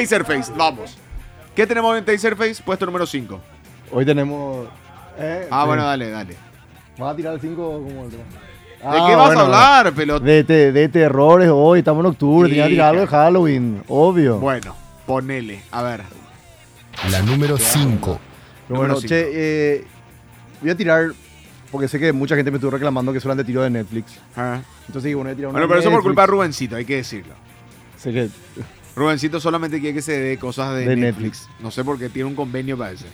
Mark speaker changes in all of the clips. Speaker 1: Taserface, vamos. ¿Qué tenemos en Taserface? Puesto número 5.
Speaker 2: Hoy tenemos. eh,
Speaker 1: Ah,
Speaker 2: sí.
Speaker 1: bueno, dale, dale.
Speaker 2: Vas a tirar el 5 como el tema.
Speaker 1: ¿De qué vas a hablar, pelota?
Speaker 2: Ah, De, te- de terrores hoy, estamos en octubre, tenía que tirar algo de
Speaker 1: Hija.
Speaker 2: Halloween, obvio.
Speaker 1: Bueno, ponele. A ver.
Speaker 3: La número 5.
Speaker 2: Pero bueno,
Speaker 1: número
Speaker 2: che, eh, voy a tirar, porque sé que mucha gente me estuvo reclamando que solamente tiró de Netflix.
Speaker 1: Ah.
Speaker 2: Entonces dije, bueno, voy a tirar una
Speaker 1: Bueno,
Speaker 2: de
Speaker 1: pero eso por
Speaker 2: Netflix.
Speaker 1: culpa de Rubencito, hay que decirlo.
Speaker 2: Sé que
Speaker 1: Rubencito solamente quiere que se dé cosas de,
Speaker 2: De
Speaker 1: Netflix. No sé por qué tiene un convenio para eso.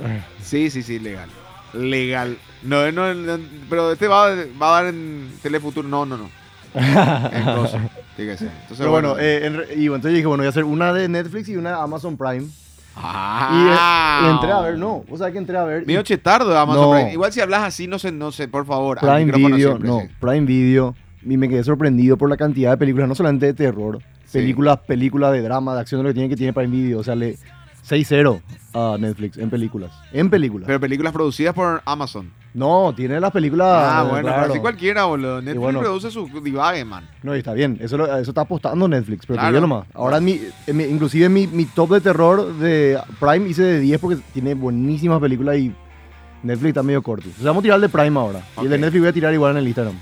Speaker 2: eh.
Speaker 1: Sí, sí, sí, legal. Legal. No, no, no, pero este va, va a dar en Telefuturo. No, no, no. Entonces, tiene que ser. Entonces,
Speaker 2: Pero bueno, eh, en re- y bueno, entonces dije, bueno, voy a hacer una de Netflix y una de Amazon Prime. Y, eh,
Speaker 1: Ah.
Speaker 2: y entré a ver, no, o sea que entré a ver. y
Speaker 1: Medio chetardo Amazon
Speaker 2: No.
Speaker 1: Prime. Igual si hablas así, no sé, no sé, por favor. al
Speaker 2: Prime
Speaker 1: micrófono
Speaker 2: Video,
Speaker 1: siempre,
Speaker 2: no,
Speaker 1: sí.
Speaker 2: Prime Video. Y me quedé sorprendido por la cantidad de películas, no solamente de terror,
Speaker 1: Sí.
Speaker 2: películas, películas de drama, de acción, de lo que tiene que tiene Prime Video. O sea, le 6-0 a Netflix en películas. En películas.
Speaker 1: Pero películas producidas por Amazon.
Speaker 2: no, tiene las películas.
Speaker 1: Ah,
Speaker 2: eh,
Speaker 1: bueno,
Speaker 2: claro.
Speaker 1: pero así cualquiera, boludo. Netflix
Speaker 2: bueno.
Speaker 1: produce su divague, man.
Speaker 2: No, y está bien. Eso, lo- eso está apostando Netflix, pero te
Speaker 1: Claro.
Speaker 2: digo nomás. Ahora, en mi, en mi- inclusive en mi, mi top de terror de Prime hice de 10 porque tiene buenísimas películas y Netflix está medio corto. O sea, vamos a tirar el de Prime ahora. Y el de
Speaker 1: Ok.
Speaker 2: Netflix voy a tirar igual en el Instagram.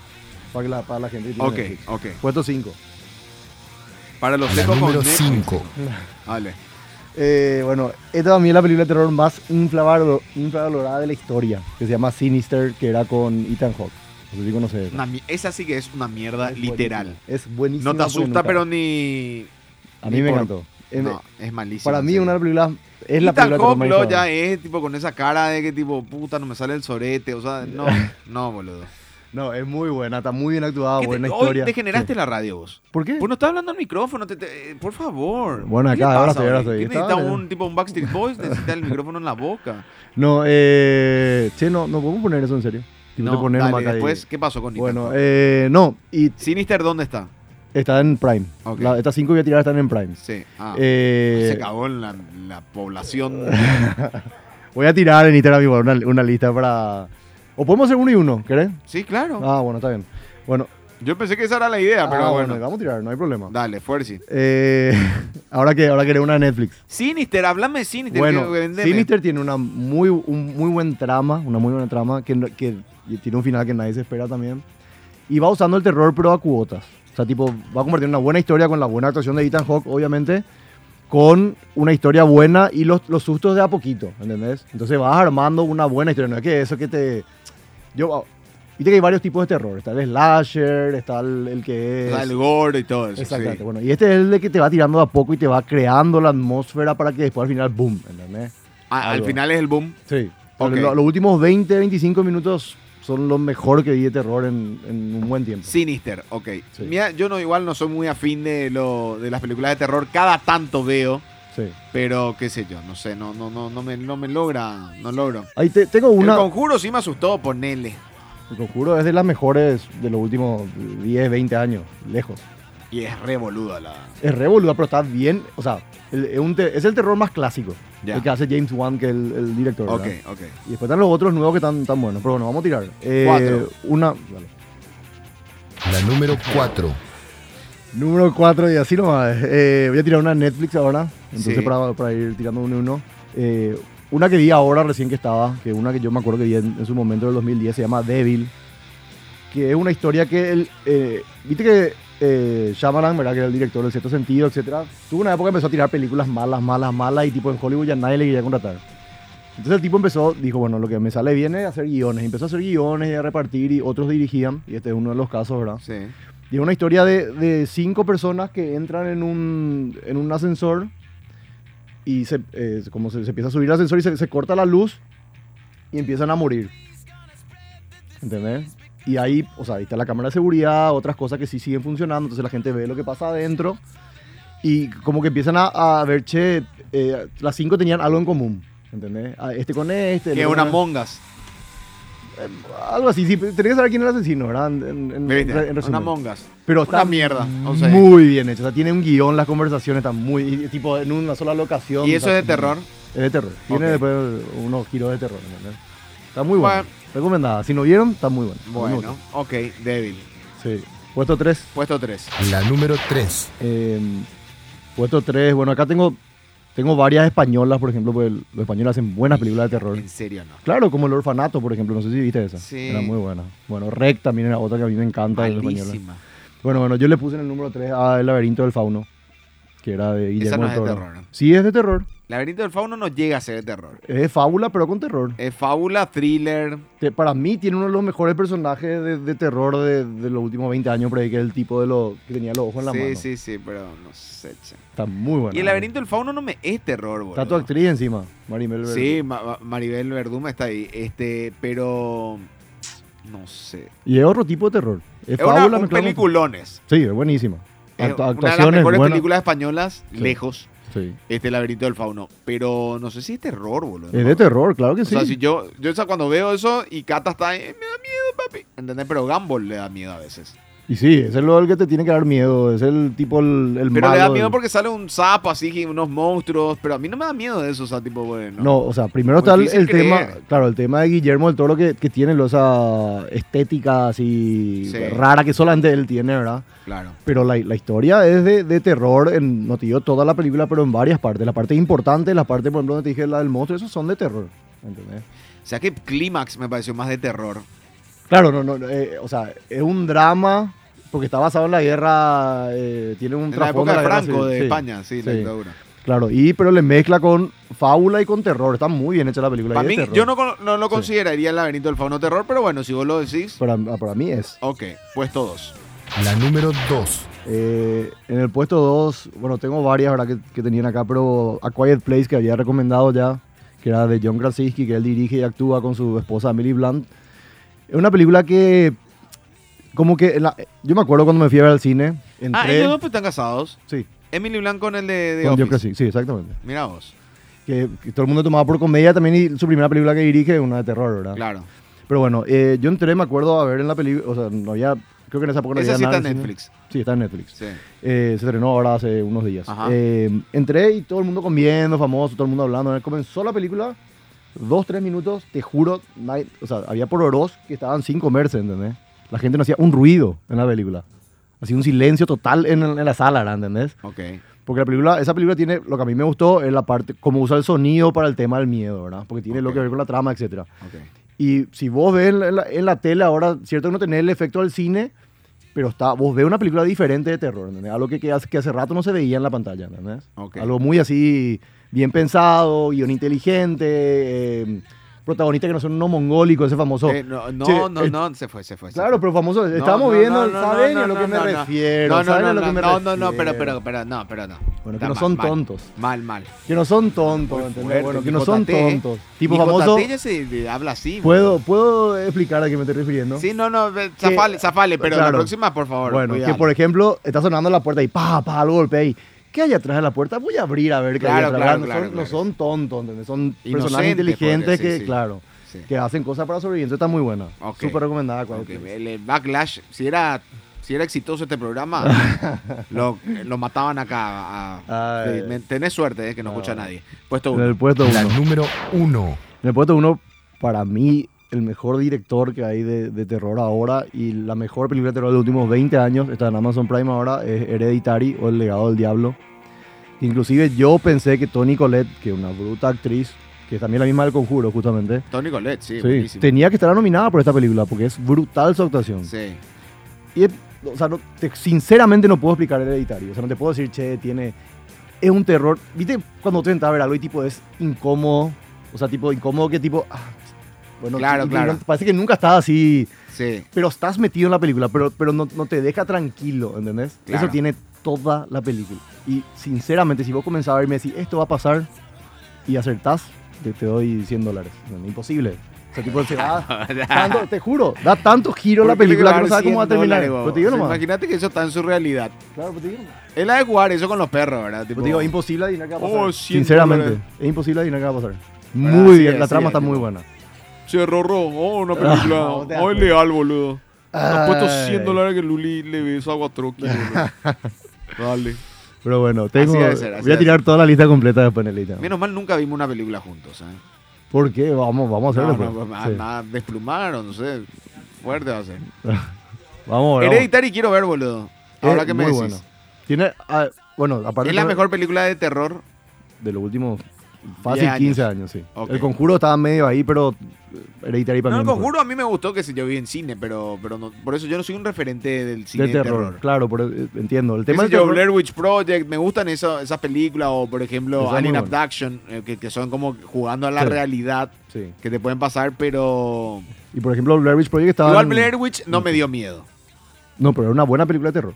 Speaker 2: Para, que la, para la gente que tiene
Speaker 1: Ok,
Speaker 2: Netflix.
Speaker 1: ok.
Speaker 2: Puesto 5.
Speaker 1: Para los
Speaker 3: La
Speaker 1: secos con
Speaker 3: número
Speaker 1: Netflix.
Speaker 3: 5.
Speaker 1: Dale.
Speaker 2: Eh, bueno, esta también es la película de terror más infravalo- infravalorada de la historia, que se llama Sinister, que era con Ethan Hawke. No sé si conoces esa.
Speaker 1: Una mi- esa sí que es una mierda
Speaker 2: Es
Speaker 1: literal.
Speaker 2: buenísima. Es buenísima.
Speaker 1: No te asusta,
Speaker 2: buenísima.
Speaker 1: pero ni.
Speaker 2: A mí
Speaker 1: ni
Speaker 2: me
Speaker 1: por-
Speaker 2: encantó. En-
Speaker 1: No, es malísimo.
Speaker 2: Eh, para
Speaker 1: en
Speaker 2: mí,
Speaker 1: serio.
Speaker 2: una de las películas. Es la
Speaker 1: Ethan
Speaker 2: película de terror
Speaker 1: Hawke,
Speaker 2: más
Speaker 1: lo,
Speaker 2: infravalorada.
Speaker 1: ya es tipo con esa cara de que tipo, puta, no me sale el sorete. O sea, no, no, boludo.
Speaker 2: No, es muy buena, está muy bien actuada,
Speaker 1: ¿Qué te-
Speaker 2: Ah, buena
Speaker 1: hoy
Speaker 2: historia.
Speaker 1: te generaste
Speaker 2: Sí.
Speaker 1: la radio vos.
Speaker 2: ¿Por qué?
Speaker 1: Pues no estás hablando al micrófono, te- te- eh, por favor.
Speaker 2: Bueno,
Speaker 1: ¿Qué le
Speaker 2: acá, ahora
Speaker 1: pasa,
Speaker 2: estoy, ahora
Speaker 1: boludo?
Speaker 2: estoy.
Speaker 1: ¿Qué necesita
Speaker 2: Estaba-
Speaker 1: un tipo un Backstreet Boys? Necesita el micrófono en la boca.
Speaker 2: No, eh. Che, no, no podemos poner eso en serio. Tipo, te
Speaker 1: No,
Speaker 2: pones
Speaker 1: dale,
Speaker 2: nomás acá y-
Speaker 1: después, ¿qué pasó con Ethan
Speaker 2: Bueno,
Speaker 1: Hawke?
Speaker 2: eh. No, y
Speaker 1: Sinister, ¿dónde está?
Speaker 2: está en Prime.
Speaker 1: Ok.
Speaker 2: La- estas cinco que voy a tirar están en Prime.
Speaker 1: Sí. Ah,
Speaker 2: Eh, Ah.
Speaker 1: se cagó en la, la población.
Speaker 2: voy a tirar en Instagram igual una, una lista para. O podemos hacer uno y uno, ¿querés?
Speaker 1: sí, claro.
Speaker 2: Ah, bueno, está bien. Bueno,
Speaker 1: Yo pensé que esa era la idea, pero
Speaker 2: ah,
Speaker 1: bueno.
Speaker 2: vamos a tirar, no hay problema.
Speaker 1: Dale, fuerza.
Speaker 2: Eh, ahora que ahora querés una de Netflix.
Speaker 1: Sinister, háblame de Sinister.
Speaker 2: Bueno,
Speaker 1: que- vendeme.
Speaker 2: Sinister tiene una muy, un muy buen trama, una muy buena trama, que, no- que y tiene un final que nadie se espera también. Y va usando el terror, pero a cuotas. O sea, tipo, va a convertir una buena historia con la buena actuación de Ethan Hawke, obviamente, con una historia buena y los, los sustos de a poquito, ¿entendés? Entonces vas armando una buena historia. No es que eso que te... Yo... Viste que hay varios tipos de terror. Está el slasher, está el, el que
Speaker 1: O
Speaker 2: es...
Speaker 1: sea, el gore y todo eso.
Speaker 2: Exactamente.
Speaker 1: Sí.
Speaker 2: Bueno, y este es el de que te va tirando de a poco y te va creando la atmósfera para que después al final, boom, ¿entendés?
Speaker 1: Ah, al
Speaker 2: Algo.
Speaker 1: final es el boom.
Speaker 2: Sí. Pero
Speaker 1: Ok.
Speaker 2: lo- los últimos 20, 25 minutos son lo mejor que vi de terror en, en un buen tiempo.
Speaker 1: Sinister, ok.
Speaker 2: Sí.
Speaker 1: Mira, yo no igual no soy muy afín de lo, de las películas de terror. Cada tanto veo,
Speaker 2: Sí.
Speaker 1: pero qué sé yo, no sé, no, no, no, no me, no me logra, no logro.
Speaker 2: Ahí te- tengo una.
Speaker 1: El conjuro sí me asustó, ponele.
Speaker 2: Te lo juro, es de las mejores de los últimos 10, 20 años. Lejos.
Speaker 1: Y es re boluda la.
Speaker 2: Es re boluda, pero está bien. O sea, el- es, un te- es el terror más clásico.
Speaker 1: Ya.
Speaker 2: El que hace James Wan, que es el, el director.
Speaker 1: Ok,
Speaker 2: ¿verdad?
Speaker 1: ok.
Speaker 2: Y después están los otros nuevos que están tan buenos. Pero bueno, vamos a tirar. Eh,
Speaker 1: Cuatro.
Speaker 2: Una. dale.
Speaker 3: La número 4.
Speaker 2: Número 4 y así nomás. Eh, voy a tirar una Netflix ahora, entonces
Speaker 1: Sí.
Speaker 2: para, para ir tirando uno y uno. Eh, una que vi ahora recién que estaba, que una que yo me acuerdo que vi en, en su momento del 2010, se llama Devil, que es una historia que él, eh, viste que eh, Shyamalan, ¿verdad? que era el director del cierto sentido, etcétera, tuvo una época que empezó a tirar películas malas, malas, malas, y tipo en Hollywood ya nadie le quería contratar. Entonces el tipo empezó, dijo, bueno, lo que me sale bien es hacer guiones. Y Empezó a hacer guiones y a repartir y otros dirigían, y este es uno de los casos, ¿verdad?
Speaker 1: Sí.
Speaker 2: Y es una historia de, de cinco personas que entran en un, en un ascensor y se, eh, como se, se empieza a subir el ascensor y se, se corta la luz y empiezan a morir. ¿Entendés? Y ahí, o sea, ahí está la cámara de seguridad, otras cosas que sí siguen funcionando, entonces la gente ve lo que pasa adentro y como que empiezan a, a ver, che, eh, las cinco tenían algo en común. ¿Entendés? Ah, Este con este. el
Speaker 1: Que es
Speaker 2: otro
Speaker 1: una
Speaker 2: con-
Speaker 1: mongas.
Speaker 2: Algo así, sí, tenés que saber quién es el asesino, ¿verdad? En, en- en-
Speaker 1: ¿Viste?
Speaker 2: en
Speaker 1: una
Speaker 2: resumen.
Speaker 1: mongas.
Speaker 2: Pero
Speaker 1: Una
Speaker 2: está
Speaker 1: mierda. o sea,
Speaker 2: muy bien hecho. O sea, tiene un guión, las conversaciones están muy. y- tipo en una sola locación.
Speaker 1: y
Speaker 2: o
Speaker 1: eso
Speaker 2: sea,
Speaker 1: es de terror.
Speaker 2: Es de terror. Tiene
Speaker 1: Ok.
Speaker 2: después unos giros de terror. ¿entendés? Está muy bueno.
Speaker 1: Bueno.
Speaker 2: Recomendada. Si no vieron, está muy bueno.
Speaker 1: Bueno, ok, débil.
Speaker 2: Sí. Puesto 3.
Speaker 1: Puesto 3.
Speaker 3: La número 3.
Speaker 2: Eh, Puesto 3, bueno, acá tengo, tengo varias españolas, por ejemplo, porque los españoles hacen buenas películas de terror.
Speaker 1: En serio, no.
Speaker 2: Claro, como El Orfanato, por ejemplo, no sé si viste esa.
Speaker 1: Sí.
Speaker 2: Era muy buena. Bueno, Rec también era otra que a mí me encanta de los españoles.
Speaker 1: Malísima.
Speaker 2: Bueno, bueno, yo le puse en el número 3 a El laberinto del fauno, que era de
Speaker 1: Esa
Speaker 2: Guillermo
Speaker 1: no
Speaker 2: del
Speaker 1: es de
Speaker 2: Toro.
Speaker 1: terror. ¿no?
Speaker 2: Sí, es de terror.
Speaker 1: Laberinto del Fauno no llega a ser de terror.
Speaker 2: Es de fábula, pero con terror.
Speaker 1: Es fábula, thriller.
Speaker 2: Te- para mí tiene uno de los mejores personajes de, de terror de, de los últimos 20 años, por ahí, que es el tipo de lo, que tenía los ojos en la
Speaker 1: sí,
Speaker 2: mano.
Speaker 1: sí, sí, pero no sé. che.
Speaker 2: Está muy bueno.
Speaker 1: y el Laberinto del Fauno no me es terror, boludo.
Speaker 2: Está tu actriz encima, Maribel Verdú.
Speaker 1: Sí, Ma- Ma- Maribel Verduma está ahí. Este, pero. No sé.
Speaker 2: Y es otro tipo de terror. Es,
Speaker 1: Es
Speaker 2: fábula
Speaker 1: una, un
Speaker 2: mezclada con-
Speaker 1: peliculones.
Speaker 2: Sí, es buenísima.
Speaker 1: Es una
Speaker 2: Actu-
Speaker 1: de las
Speaker 2: actuaciones
Speaker 1: mejores
Speaker 2: buenas.
Speaker 1: películas españolas,
Speaker 2: Sí.
Speaker 1: lejos.
Speaker 2: Sí.
Speaker 1: Este Laberinto del Fauno. Pero no sé si es terror, boludo.
Speaker 2: Es de terror, claro que
Speaker 1: O
Speaker 2: sí.
Speaker 1: sea, si yo, yo o sea, cuando veo eso y Cata está ahí, "Eh, me da miedo, papi. ¿Entendés? Pero Gumball le da miedo a veces.
Speaker 2: Y sí, ese es lo el que te tiene que dar miedo. Es el tipo, el, el
Speaker 1: Pero
Speaker 2: malo
Speaker 1: le da
Speaker 2: del-
Speaker 1: miedo porque sale un sapo así, que unos monstruos. Pero a mí no me da miedo de eso, o sea, tipo, bueno.
Speaker 2: No, o sea, primero
Speaker 1: Muy
Speaker 2: está el,
Speaker 1: difícil
Speaker 2: el tema,
Speaker 1: creer.
Speaker 2: claro, el tema de Guillermo del Toro que, que tiene lo- esa estética así
Speaker 1: Sí.
Speaker 2: rara que solamente él tiene, ¿verdad?
Speaker 1: Claro.
Speaker 2: Pero la, la historia es de, de terror, en, no te digo toda la película, pero en varias partes. La parte importante, la parte, por ejemplo, donde te dije la del monstruo, esos son de terror, ¿entendés?
Speaker 1: O sea, que Clímax me pareció más de terror.
Speaker 2: Claro, no, no, eh, o sea, es un drama porque está basado en la guerra, eh, tiene un
Speaker 1: En la época
Speaker 2: trasfondo
Speaker 1: de
Speaker 2: guerra
Speaker 1: Franco,
Speaker 2: civil,
Speaker 1: de
Speaker 2: sí.
Speaker 1: España, sí, la
Speaker 2: Sí.
Speaker 1: dictadura.
Speaker 2: Claro, y pero le mezcla con fábula y con terror. Está muy bien hecha la película.
Speaker 1: Para
Speaker 2: y
Speaker 1: mí,
Speaker 2: es terror.
Speaker 1: yo no, con- no lo consideraría el laberinto del fauno terror, pero bueno, si vos lo decís,
Speaker 2: Para, para mí es.
Speaker 1: ok, pues todos.
Speaker 3: La número 2.
Speaker 2: Eh, en el puesto 2, bueno, tengo varias ¿verdad? Que, que tenían acá, pero A Quiet Place que había recomendado ya, que era de John Krasinski, que él dirige y actúa con su esposa Emily Blunt. Es una película que, como que, en la- yo me acuerdo cuando me fui a ver al cine, entré,
Speaker 1: Ah, ellos dos pues, están casados.
Speaker 2: sí,
Speaker 1: Emily Blanco en el de, de
Speaker 2: con John
Speaker 1: Office.
Speaker 2: Krasinski, sí, exactamente.
Speaker 1: Mira vos,
Speaker 2: Que, que todo el mundo tomaba por comedia también y su primera película que dirige es una de terror, ¿verdad?
Speaker 1: claro.
Speaker 2: Pero bueno, eh, yo entré, me acuerdo, a ver en la película, o sea, no había, creo que en esa época no
Speaker 1: Esa
Speaker 2: había
Speaker 1: sí
Speaker 2: nada
Speaker 1: está en
Speaker 2: cine.
Speaker 1: Netflix.
Speaker 2: Sí, está en Netflix.
Speaker 1: Sí.
Speaker 2: Eh, se estrenó ahora hace unos días.
Speaker 1: Ajá.
Speaker 2: Eh, entré y todo el mundo comiendo, famoso, todo el mundo hablando. Comenzó la película, dos, tres minutos, te juro, nadie- o sea, había pororos que estaban sin comerse, ¿entendés? La gente no hacía un ruido en la película. Hacía un silencio total en, en la sala, ¿verdad? ¿entendés?
Speaker 1: Ok.
Speaker 2: Porque la película, esa película tiene, lo que a mí me gustó es la parte, cómo usa el sonido para el tema del miedo, ¿verdad? Porque tiene lo
Speaker 1: Ok.
Speaker 2: que ver con la trama, etcétera.
Speaker 1: Ok.
Speaker 2: Y si vos ves en la, en la- en la tele ahora, cierto que no tenés el efecto del cine, pero está, vos ves una película diferente de terror, ¿entendés? Algo que, que hace, que hace rato no se veía en la pantalla, ¿entendés?
Speaker 1: Ok.
Speaker 2: Algo muy así, bien pensado, guión inteligente, eh, protagonista que no son unos mongólicos, ese famoso.
Speaker 1: Eh, no, no,
Speaker 2: Sí,
Speaker 1: no,
Speaker 2: eh,
Speaker 1: no, se fue, se fue. se
Speaker 2: claro,
Speaker 1: fue.
Speaker 2: pero famoso,
Speaker 1: No,
Speaker 2: estamos
Speaker 1: no,
Speaker 2: viendo,
Speaker 1: no, no,
Speaker 2: ¿saben
Speaker 1: no,
Speaker 2: a lo
Speaker 1: no,
Speaker 2: que me
Speaker 1: no, no.
Speaker 2: refiero?
Speaker 1: No, no,
Speaker 2: ¿Saben
Speaker 1: no,
Speaker 2: a lo que
Speaker 1: no,
Speaker 2: me
Speaker 1: no,
Speaker 2: refiero?
Speaker 1: no, no, pero, pero, pero, no, pero no.
Speaker 2: Bueno, que
Speaker 1: Está
Speaker 2: no
Speaker 1: mal,
Speaker 2: son
Speaker 1: mal.
Speaker 2: tontos.
Speaker 1: Mal, mal.
Speaker 2: Que no son tontos,
Speaker 1: Muy
Speaker 2: ¿entendés?
Speaker 1: fuerte,
Speaker 2: Bueno, que
Speaker 1: Nico
Speaker 2: no son
Speaker 1: Taté, ¿eh?
Speaker 2: tontos. Tipo
Speaker 1: Nico
Speaker 2: famoso,
Speaker 1: Taté ya se eh, habla así.
Speaker 2: ¿puedo, ¿puedo explicar a qué me estoy refiriendo?
Speaker 1: Sí, no, no, ve, zafale, zafale, pero la
Speaker 2: claro.
Speaker 1: próxima, por favor.
Speaker 2: Bueno,
Speaker 1: cuidado.
Speaker 2: que por ejemplo, está sonando la puerta y pa, pa, algo golpea y ¿qué hay atrás de la puerta? Voy a abrir a ver qué hay
Speaker 1: Claro,
Speaker 2: atrás.
Speaker 1: claro,
Speaker 2: no,
Speaker 1: claro,
Speaker 2: son,
Speaker 1: claro.
Speaker 2: no son tontos, ¿entendés? son personas
Speaker 1: Inocentes,
Speaker 2: inteligentes
Speaker 1: podría
Speaker 2: que,
Speaker 1: ser, sí.
Speaker 2: claro,
Speaker 1: Sí.
Speaker 2: que hacen cosas para sobrevivir. Entonces está muy buena.
Speaker 1: Ok.
Speaker 2: Súper recomendada. cual-
Speaker 1: Ok, el, el backlash, si era, si era exitoso este programa, lo, lo mataban acá. a- a-
Speaker 2: Ay.
Speaker 1: me- tenés suerte eh, que no escucha
Speaker 2: Ay.
Speaker 1: nadie. Puesto
Speaker 2: En
Speaker 1: uno.
Speaker 2: el puesto
Speaker 3: La
Speaker 2: uno.
Speaker 3: número 1.
Speaker 2: En el puesto uno, para mí, el mejor director que hay de, de terror ahora y la mejor película de terror de los últimos 20 años, está en Amazon Prime ahora, es Hereditary o El legado del diablo. Inclusive yo pensé que Toni Collette, que es una bruta actriz, que es también la misma del Conjuro justamente,
Speaker 1: Tony Colette, sí,
Speaker 2: Sí,
Speaker 1: buenísimo.
Speaker 2: tenía que estar nominada por esta película porque es brutal su actuación.
Speaker 1: Sí.
Speaker 2: Y es- o sea, no- te- sinceramente no puedo explicar Hereditario. O sea, no te puedo decir, che, tiene. Es un terror. ¿Viste cuando te entras a ver algo y tipo es incómodo? O sea, tipo incómodo que tipo. ah, bueno,
Speaker 1: Claro,
Speaker 2: y- y
Speaker 1: claro.
Speaker 2: no- parece que nunca estás así.
Speaker 1: Sí,
Speaker 2: Pero estás metido en la película, pero, pero no, no te deja tranquilo, ¿entendés?
Speaker 1: Claro.
Speaker 2: Eso tiene toda la película. Y sinceramente, si vos comenzás a verme y me decís, esto va a pasar y acertás, te, te doy 100 dólares. No, Imposible. O sea, tipo, se va dando- te juro, da tanto giro la
Speaker 1: ¿Por qué le
Speaker 2: película que
Speaker 1: claro
Speaker 2: no sabes cómo va a
Speaker 1: 100
Speaker 2: terminar.
Speaker 1: dólares,
Speaker 2: Pero
Speaker 1: bobo?
Speaker 2: te digo
Speaker 1: O sea,
Speaker 2: nomás.
Speaker 1: Imagínate que eso está en su realidad.
Speaker 2: Claro, pero te digo nomás.
Speaker 1: Es la de jugar eso con los perros, ¿verdad? Tipo,
Speaker 2: Pero te digo, imposible adivinar qué va a pasar.
Speaker 1: Oh, 100
Speaker 2: Sinceramente,
Speaker 1: dólares.
Speaker 2: es imposible adivinar qué va a pasar.
Speaker 1: Bueno,
Speaker 2: Muy
Speaker 1: así
Speaker 2: bien,
Speaker 1: es,
Speaker 2: la
Speaker 1: así
Speaker 2: trama
Speaker 1: es,
Speaker 2: está muy
Speaker 1: tipo.
Speaker 2: buena.
Speaker 1: se rorró, oh, una película,
Speaker 2: Ah, no te
Speaker 1: oh,
Speaker 2: hagas.
Speaker 1: legal, boludo. Ha puesto
Speaker 2: Ay.
Speaker 1: 100 dólares que Luli le besó agua troqui, boludo. Dale.
Speaker 2: Pero bueno, tengo,
Speaker 1: debe ser, así
Speaker 2: voy a
Speaker 1: debe
Speaker 2: tirar toda la lista completa después en el Instagram.
Speaker 1: Menos mal nunca vimos una película juntos, ¿eh?
Speaker 2: ¿Por qué? Vamos, vamos a
Speaker 1: No,
Speaker 2: hacerlo.
Speaker 1: no,
Speaker 2: pues.
Speaker 1: pues,
Speaker 2: Sí.
Speaker 1: nada, nada, desplumaron, no sé. Fuerte va a ser.
Speaker 2: Vamos, vamos.
Speaker 1: Hereditary quiero ver, boludo. Ahora
Speaker 2: Eh,
Speaker 1: que me
Speaker 2: muy
Speaker 1: decís.
Speaker 2: bueno. Tiene, ah, Bueno, aparte
Speaker 1: Es la
Speaker 2: de-
Speaker 1: mejor película de terror.
Speaker 2: de los últimos fácil
Speaker 1: años.
Speaker 2: 15 años, sí.
Speaker 1: Ok.
Speaker 2: El conjuro estaba medio ahí, pero Hereditary
Speaker 1: No,
Speaker 2: para
Speaker 1: el
Speaker 2: mí es mejor.
Speaker 1: conjuro a mí me gustó que se yo vi en cine, pero, pero no, por eso yo no soy un referente del cine
Speaker 2: de
Speaker 1: de
Speaker 2: terror,
Speaker 1: terror.
Speaker 2: claro, pero, eh, entiendo. El
Speaker 1: Qué
Speaker 2: tema del
Speaker 1: sé yo,
Speaker 2: terror-
Speaker 1: Blair Witch Project, me gustan eso- esas películas, o por ejemplo
Speaker 2: Está
Speaker 1: Alien
Speaker 2: muy bueno.
Speaker 1: Abduction, eh, que, que son como jugando a la
Speaker 2: Sí.
Speaker 1: realidad
Speaker 2: Sí.
Speaker 1: que te pueden pasar, pero...
Speaker 2: Y por ejemplo, Blair Witch Project estaba
Speaker 1: Igual
Speaker 2: en-
Speaker 1: Blair Witch no me dio miedo.
Speaker 2: No, pero era una buena película de terror.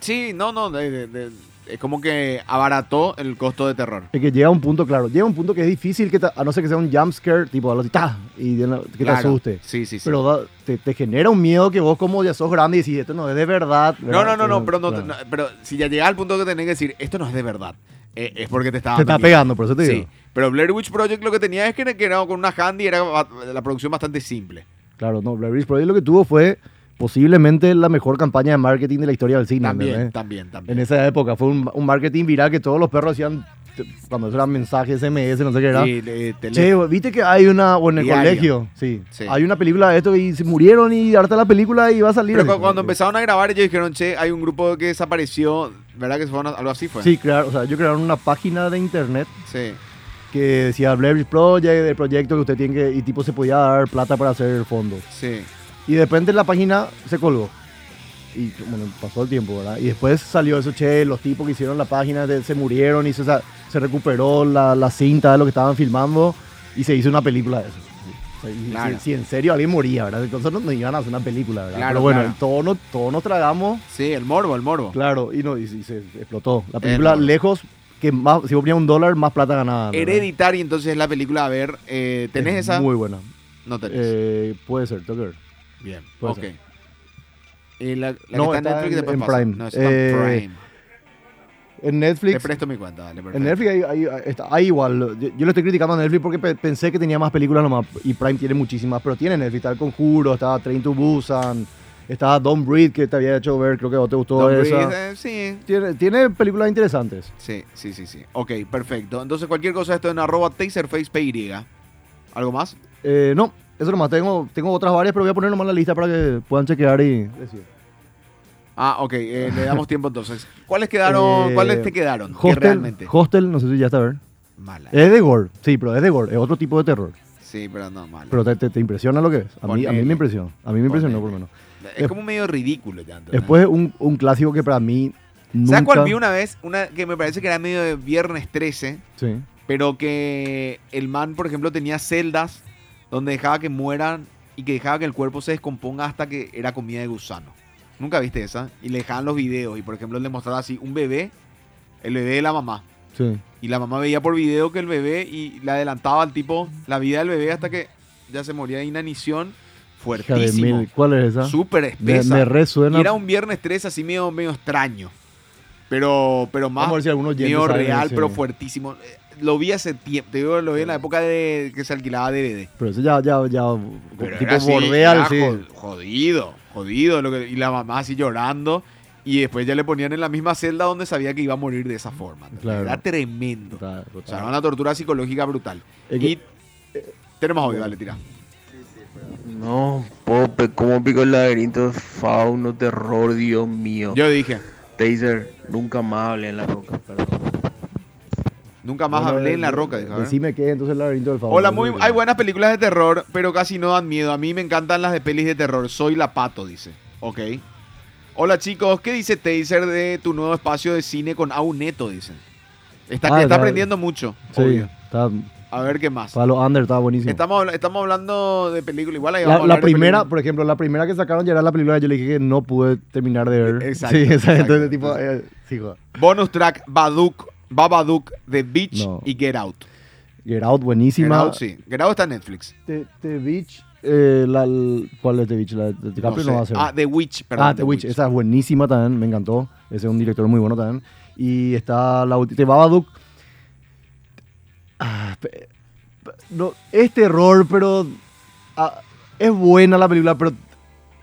Speaker 1: Sí, no, no, de- de- de- es como que abarató el costo de terror.
Speaker 2: Es que llega a un punto, claro, llega a un punto que es difícil que te- a no ser que sea un jump scare, tipo algo así, ¡ta! y de la- que te
Speaker 1: Claro.
Speaker 2: asuste.
Speaker 1: Sí, sí, sí.
Speaker 2: Pero da- te, te genera un miedo que vos como ya sos grande y decís, esto no es de verdad.
Speaker 1: no,
Speaker 2: ¿verdad?
Speaker 1: no, no, no,
Speaker 2: Entonces,
Speaker 1: pero, no,
Speaker 2: claro.
Speaker 1: no, pero si ya llega al punto que tenés que decir, esto no es de verdad, eh, es porque te está
Speaker 2: Te
Speaker 1: dando
Speaker 2: está
Speaker 1: miedo.
Speaker 2: pegando, por eso te digo.
Speaker 1: Sí, pero Blair Witch Project lo que tenía es que era, que era con una handy, era ba- la producción bastante simple.
Speaker 2: Claro, no, Blair Witch Project lo que tuvo fue posiblemente la mejor campaña de marketing de la historia del cine.
Speaker 1: También,
Speaker 2: ¿entendés?
Speaker 1: también,
Speaker 2: En
Speaker 1: también.
Speaker 2: esa época fue un, un marketing viral que todos los perros hacían, te- cuando eso eran mensajes, SMS, no sé qué era.
Speaker 1: Sí, le- te-
Speaker 2: Che, viste que hay una, o en el
Speaker 1: Diario.
Speaker 2: colegio, sí,
Speaker 1: Sí.
Speaker 2: Hay una película de esto y se murieron y harta la película y va a salir.
Speaker 1: pero cu-
Speaker 2: Así.
Speaker 1: cuando empezaron a grabar ellos dijeron, che, hay un grupo que desapareció, ¿verdad que se fueron a- algo así fue?
Speaker 2: Sí, claro, o sea, yo crearon una página de internet
Speaker 1: Sí.
Speaker 2: que decía Blair Witch Project, el proyecto que usted tiene que, y tipo se podía dar plata para hacer fondos.
Speaker 1: sí.
Speaker 2: Y de repente la página se colgó. Y bueno, pasó el tiempo, ¿verdad? Y después salió eso, che, los tipos que hicieron la página de- se murieron y se, sa- se recuperó la, la cinta de lo que estaban filmando y se hizo una película de eso. O sea, y si-
Speaker 1: Claro.
Speaker 2: si, en serio alguien moría, ¿verdad? Entonces no, no iban a hacer una película, ¿verdad?
Speaker 1: Claro,
Speaker 2: Pero bueno,
Speaker 1: claro.
Speaker 2: todos, nos, todos nos tragamos,
Speaker 1: Sí, el morbo, el morbo.
Speaker 2: claro, y, no, y, y se explotó.
Speaker 1: Eh,
Speaker 2: La película
Speaker 1: Hermoso.
Speaker 2: lejos, que más, si vos ponías un dólar, más plata ganaba. ¿verdad?
Speaker 1: Hereditary, entonces la película, a ver, eh, ¿tenés
Speaker 2: Es
Speaker 1: esa?
Speaker 2: Muy buena.
Speaker 1: No tenés.
Speaker 2: Eh, puede ser, tengo que ver.
Speaker 1: Bien,
Speaker 2: puede
Speaker 1: ok.
Speaker 2: ser.
Speaker 1: Eh, la, la
Speaker 2: No,
Speaker 1: que está en
Speaker 2: está
Speaker 1: Netflix
Speaker 2: en-
Speaker 1: después
Speaker 2: en
Speaker 1: pasa.
Speaker 2: Prime.
Speaker 1: No, está en
Speaker 2: Eh,
Speaker 1: Prime. Te
Speaker 2: En Netflix.
Speaker 1: presto mi cuenta, dale, perfecto.
Speaker 2: En Netflix hay, hay- está- hay igual. Yo, yo le estoy criticando a Netflix porque pe- pensé que tenía más películas nomás. Y Prime tiene muchísimas, pero tiene Netflix. Está El Conjuro, está Train to Busan, está Don't Breathe, que te había hecho ver, creo que vos te gustó
Speaker 1: Don't
Speaker 2: esa.
Speaker 1: Breathe, eh, sí,
Speaker 2: Tiene, tiene películas interesantes.
Speaker 1: Sí, sí, sí, sí. Ok, perfecto. Entonces cualquier cosa esto en arroba taserfacepy. ¿Algo más?
Speaker 2: Eh, no, eso nomás. Tengo, tengo otras varias, pero voy a poner nomás la lista para que puedan chequear y decir.
Speaker 1: Ah, ok, eh, le damos tiempo entonces. ¿Cuáles quedaron?
Speaker 2: Eh,
Speaker 1: ¿Cuáles te quedaron? Que
Speaker 2: Hostel, Eh,
Speaker 1: realmente.
Speaker 2: Hostel, no sé si ya está a ver.
Speaker 1: Mala.
Speaker 2: Es de gore, sí, pero es de gore. Es otro tipo de terror.
Speaker 1: Sí, pero no, mala.
Speaker 2: Pero te, te- te impresiona lo que ves. A mí, a mí
Speaker 1: Ponele.
Speaker 2: me impresionó. A mí me impresionó, por lo menos.
Speaker 1: es como medio ridículo ya. ¿entendés?
Speaker 2: Después un, un clásico que para mí nunca...
Speaker 1: ¿Sabes cuál vi una vez? Una que me parece que era medio de viernes 13,
Speaker 2: Sí.
Speaker 1: pero que el man, por ejemplo, tenía celdas donde dejaba que mueran y que dejaba que el cuerpo se descomponga hasta que era comida de gusano. ¿Nunca viste esa? Y le dejaban los videos y, por ejemplo, él le mostraba así un bebé, el bebé de la mamá.
Speaker 2: Sí.
Speaker 1: Y la mamá veía por video que el bebé y le adelantaba al tipo la vida del bebé hasta que ya se moría de inanición.
Speaker 2: Hija de
Speaker 1: Fuertísimo.
Speaker 2: mil. ¿Cuál es esa?
Speaker 1: Súper
Speaker 2: me,
Speaker 1: espesa.
Speaker 2: me resuena.
Speaker 1: Y era un viernes 3 así medio, medio extraño. Pero, pero más
Speaker 2: Vamos a ver si algunos
Speaker 1: medio real, pero fuertísimo. Eh, Lo vi hace tiempo. Te digo, lo vi en la época de que se alquilaba DVD.
Speaker 2: Pero eso ya, ya, ya.
Speaker 1: Pero
Speaker 2: tipo
Speaker 1: era así,
Speaker 2: bordea
Speaker 1: era
Speaker 2: al sí.
Speaker 1: jod- Jodido, jodido. lo que- y la mamá así llorando. Y después ya le ponían en la misma celda donde sabía que iba a morir de esa forma. ¿entendés?
Speaker 2: Claro.
Speaker 1: Era tremendo.
Speaker 2: Total,
Speaker 1: O sea, era
Speaker 2: total.
Speaker 1: una tortura psicológica brutal.
Speaker 2: Es
Speaker 1: Y
Speaker 2: que-
Speaker 1: tenemos audio, dale, tira.
Speaker 4: No, Pope, ¿cómo pico el laberinto? Fauno, terror, Dios mío.
Speaker 1: Yo dije,
Speaker 4: Taser, nunca más hablé en la roca, perdón.
Speaker 1: nunca más
Speaker 2: Bueno,
Speaker 1: hablé en la
Speaker 2: de-
Speaker 1: roca. dijo, a ver.
Speaker 2: Decime qué es entonces el laberinto del favor.
Speaker 1: Hola, muy, hay buenas películas de terror, pero casi no dan miedo. A mí me encantan las de pelis de terror. Soy la pato, dice. Ok. Hola chicos, ¿qué dice Taser de tu nuevo espacio de cine con Auneto? Dicen. Está,
Speaker 2: Ah,
Speaker 1: está
Speaker 2: ya.
Speaker 1: aprendiendo mucho.
Speaker 2: Sí,
Speaker 1: obvio.
Speaker 2: está,
Speaker 1: A ver qué más.
Speaker 2: Palo Under estaba buenísimo.
Speaker 1: Estamos, habla- estamos hablando de película. Igual ahí
Speaker 2: la,
Speaker 1: vamos a
Speaker 2: la
Speaker 1: hablar de
Speaker 2: primera,
Speaker 1: película.
Speaker 2: por ejemplo, la primera que sacaron ya era la película que yo le dije que no pude terminar de ver.
Speaker 1: E-, Exacto,
Speaker 2: Sí,
Speaker 1: exacto.
Speaker 2: Entonces, tipo, eh, sí, joder.
Speaker 1: Bonus track Baduk, Babadook, The Beach
Speaker 2: No.
Speaker 1: y Get Out.
Speaker 2: Get Out,
Speaker 1: Get
Speaker 2: buenísima.
Speaker 1: Out, sí. Get Out está en Netflix.
Speaker 2: The, The Beach, eh, la, l- ¿cuál es The Beach? La de de
Speaker 1: No
Speaker 2: DiCaprio no,
Speaker 1: sé.
Speaker 2: va a ser.
Speaker 1: Ah, The Witch, perdón.
Speaker 2: Ah, The Witch, esa es buenísima también, me encantó. Ese es un director muy bueno también. Y está la ulti- de Babadook. Ah, pe- pe- no, es terror, pero ah, es buena la película, pero